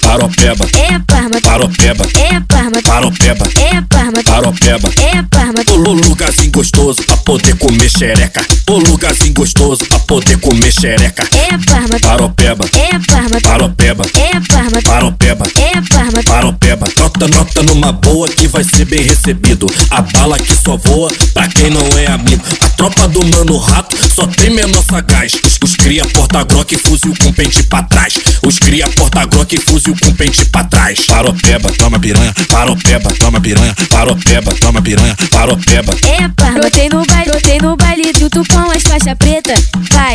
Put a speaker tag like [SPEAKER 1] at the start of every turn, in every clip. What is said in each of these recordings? [SPEAKER 1] paropeba,
[SPEAKER 2] É Parma,
[SPEAKER 1] paropeba,
[SPEAKER 2] é Parma,
[SPEAKER 1] paropeba,
[SPEAKER 2] é Parma,
[SPEAKER 1] paropeba.
[SPEAKER 2] é Parma,
[SPEAKER 1] Ô lu- lugarzinho assim gostoso pra poder comer xereca. Ô lugarzinho assim gostoso pra poder comer xereca.
[SPEAKER 2] é Parma,
[SPEAKER 1] Paropeba,
[SPEAKER 2] é Parma,
[SPEAKER 1] paropeba,
[SPEAKER 2] é Parma,
[SPEAKER 1] paropeba.
[SPEAKER 2] é Parma,
[SPEAKER 1] Paropeba, nota, nota numa boa que vai ser bem recebido. A bala que só voa pra quem não é amigo. A tropa do mano rato só tem menor sagaz. Os, os cria porta-groque, fuzil com pente pra trás. Os cria porta-groque, fuzil com pente pra trás. Paropeba, toma piranha, paropeba, toma piranha, paropeba, toma piranha, paropeba.
[SPEAKER 2] é Parma. Brotei no baile, brotei no baile do tupão as faixa preta. Vai,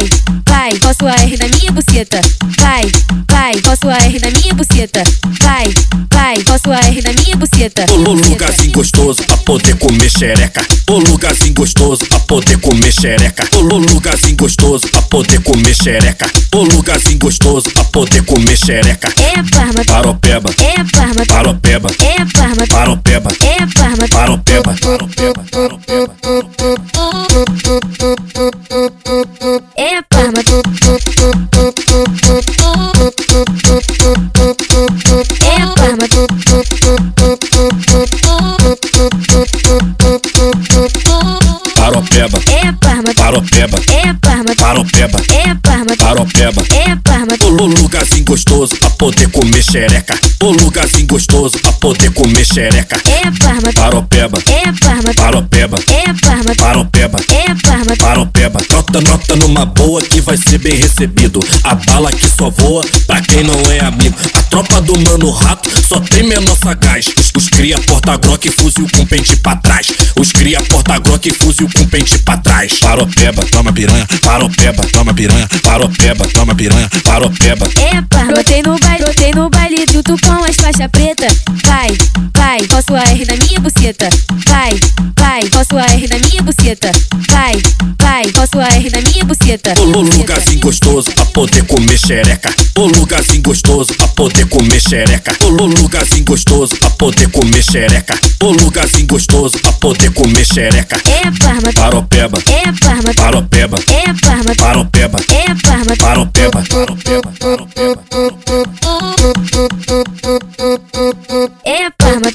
[SPEAKER 2] vai, posso a R na minha buceta. Vai, vai, posso a R na minha buceta. Vai, vai, posso a R na minha buceta.
[SPEAKER 1] Ô lu- lugarzinho assim gostoso pra poder comer xereca. Ô lugarzinho gostoso pra poder comer xereca. Ô lu- lugarzinho gostoso pra poder comer xereca. Ô lugarzinho gostoso pra poder comer xereca.
[SPEAKER 2] É Parma,
[SPEAKER 1] Paropeba,
[SPEAKER 2] é Parma,
[SPEAKER 1] paropeba,
[SPEAKER 2] é Parma,
[SPEAKER 1] paropeba,
[SPEAKER 2] é Parma.
[SPEAKER 1] paropeba, paropeba, paropeba.
[SPEAKER 2] É Parma. É Parma.
[SPEAKER 1] Paropeba,
[SPEAKER 2] É Parma.
[SPEAKER 1] paropeba,
[SPEAKER 2] É Parma.
[SPEAKER 1] paropeba,
[SPEAKER 2] É Parma.
[SPEAKER 1] paropeba.
[SPEAKER 2] É Parma.
[SPEAKER 1] Ô lu- lugarzinho gostoso pra poder comer xereca. Ô lugarzinho gostoso pra poder comer xereca.
[SPEAKER 2] É Parma.
[SPEAKER 1] Paropeba,
[SPEAKER 2] É Parma.
[SPEAKER 1] paropeba,
[SPEAKER 2] É Parma.
[SPEAKER 1] paropeba.
[SPEAKER 2] É Parma.
[SPEAKER 1] Paropeba, nota, nota numa boa que vai ser bem recebido. A bala que só voa pra quem não é amigo. A tropa do mano rato só tem menor sagaz. Os, os cria porta-groque, fuzil com pente pra trás. Os cria porta-groque, fuzil com pente pra trás. Paropeba, toma piranha, paropeba, toma piranha, paropeba, toma piranha, paropeba.
[SPEAKER 2] É Parma. Brotei no baile, brotei no baile do tupão as faixa preta. Vai, vai, posso a R na minha buceta. Vai, vai, posso a R na minha buceta. Vai, vai, posso a R na minha buceta.
[SPEAKER 1] Ô lu- lugarzinho gostoso pra poder comer xereca. Ô lugarzinho gostoso pra poder comer xereca. Ô lu- lugarzinho gostoso pra poder comer xereca. Ô lugarzinho gostoso pra poder comer xereca.
[SPEAKER 2] É Parma.
[SPEAKER 1] Paropeba,
[SPEAKER 2] É Parma.
[SPEAKER 1] paropeba,
[SPEAKER 2] É Parma.
[SPEAKER 1] paropeba,
[SPEAKER 2] É Parma.
[SPEAKER 1] paropeba, paropeba, paropeba.
[SPEAKER 2] É Parma.